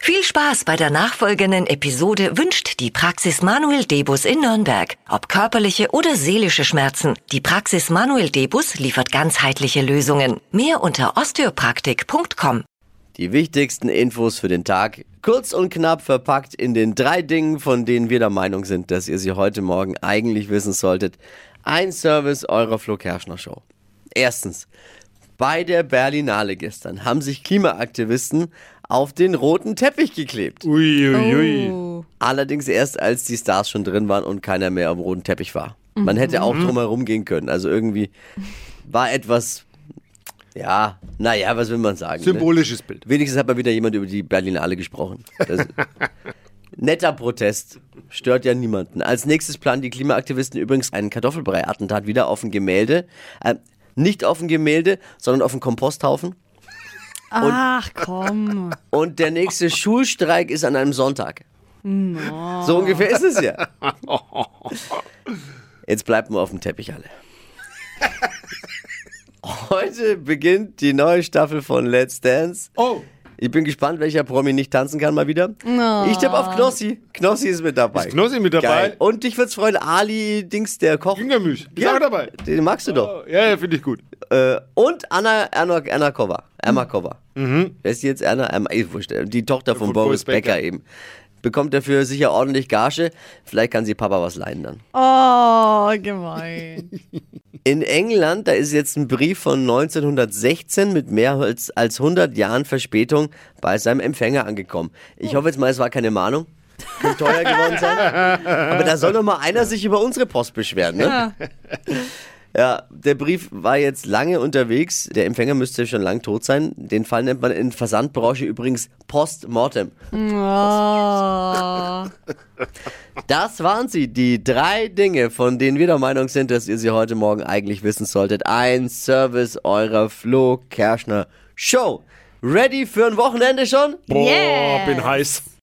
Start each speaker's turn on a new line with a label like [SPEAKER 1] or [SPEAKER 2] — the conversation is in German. [SPEAKER 1] Viel Spaß bei der nachfolgenden Episode wünscht die Praxis Manuel Debus in Nürnberg. Ob körperliche oder seelische Schmerzen, die Praxis Manuel Debus liefert ganzheitliche Lösungen. Mehr unter osteopraktik.com.
[SPEAKER 2] Die wichtigsten Infos für den Tag, kurz und knapp verpackt in den drei Dingen, von denen wir der Meinung sind, dass ihr sie heute Morgen eigentlich wissen solltet. Ein Service eurer Flo Kerschner Show. Erstens, bei der Berlinale gestern haben sich Klimaaktivisten auf den roten Teppich geklebt.
[SPEAKER 3] Uiuiui.
[SPEAKER 2] Allerdings erst, als die Stars schon drin waren und keiner mehr am roten Teppich war. Man hätte auch drumherum gehen können. Also irgendwie war etwas, ja, naja, was will man sagen? ne?
[SPEAKER 3] Symbolisches Bild.
[SPEAKER 2] Wenigstens hat mal wieder jemand über die Berlinale gesprochen. Das, netter Protest. Stört ja niemanden. Als nächstes planen die Klimaaktivisten übrigens einen Kartoffelbrei-Attentat wieder auf ein Gemälde. Äh, nicht auf ein Gemälde, sondern auf einen Komposthaufen.
[SPEAKER 4] Ach komm.
[SPEAKER 2] Und der nächste Schulstreik ist an einem Sonntag. So ungefähr ist es ja. Jetzt bleibt nur auf dem Teppich alle. Heute beginnt die neue Staffel von Let's Dance.
[SPEAKER 3] Oh.
[SPEAKER 2] Ich bin gespannt, welcher Promi nicht tanzen kann mal wieder. Ich tippe auf Knossi. Knossi ist mit dabei.
[SPEAKER 3] Ist Knossi mit dabei?
[SPEAKER 2] Geil. Und dich wird's freuen, Ali Dings, der Koch.
[SPEAKER 3] Jüngermüsch. Ist auch dabei.
[SPEAKER 2] Den magst du doch.
[SPEAKER 3] Oh, Ja, ja, finde ich gut.
[SPEAKER 2] Äh, und Anna Erna, Erna Kova. Erna Kova. Wer ist die jetzt Erna? Erna eh, wurscht. Äh, die Tochter Mhm. von,
[SPEAKER 3] Von
[SPEAKER 2] Boris
[SPEAKER 3] Boris
[SPEAKER 2] Becker.
[SPEAKER 3] Becker.
[SPEAKER 2] eben. Bekommt dafür sicher ordentlich Gage. Vielleicht kann sie Papa was leihen dann.
[SPEAKER 4] Oh, gemein.
[SPEAKER 2] In England, da ist jetzt ein Brief von 1916 mit mehr als, als 100 Jahren Verspätung bei seinem Empfänger angekommen.
[SPEAKER 4] Hm.
[SPEAKER 2] Ich hoffe jetzt mal, es war keine Mahnung. Könnte teuer geworden sein. Aber da soll doch mal einer sich über unsere Post beschweren, ne?
[SPEAKER 4] Ja.
[SPEAKER 2] Ja, der Brief war jetzt lange unterwegs. Der Empfänger müsste schon lang tot sein. Den Fall nennt man in Versandbranche übrigens Postmortem.
[SPEAKER 4] Oh.
[SPEAKER 2] Das waren sie, die drei Dinge, von denen wir der Meinung sind, dass ihr sie heute Morgen eigentlich wissen solltet. Ein Service eurer Flo Kerschner Show. Ready für ein Wochenende schon?
[SPEAKER 3] Boah,
[SPEAKER 4] Yes.
[SPEAKER 3] bin heiß.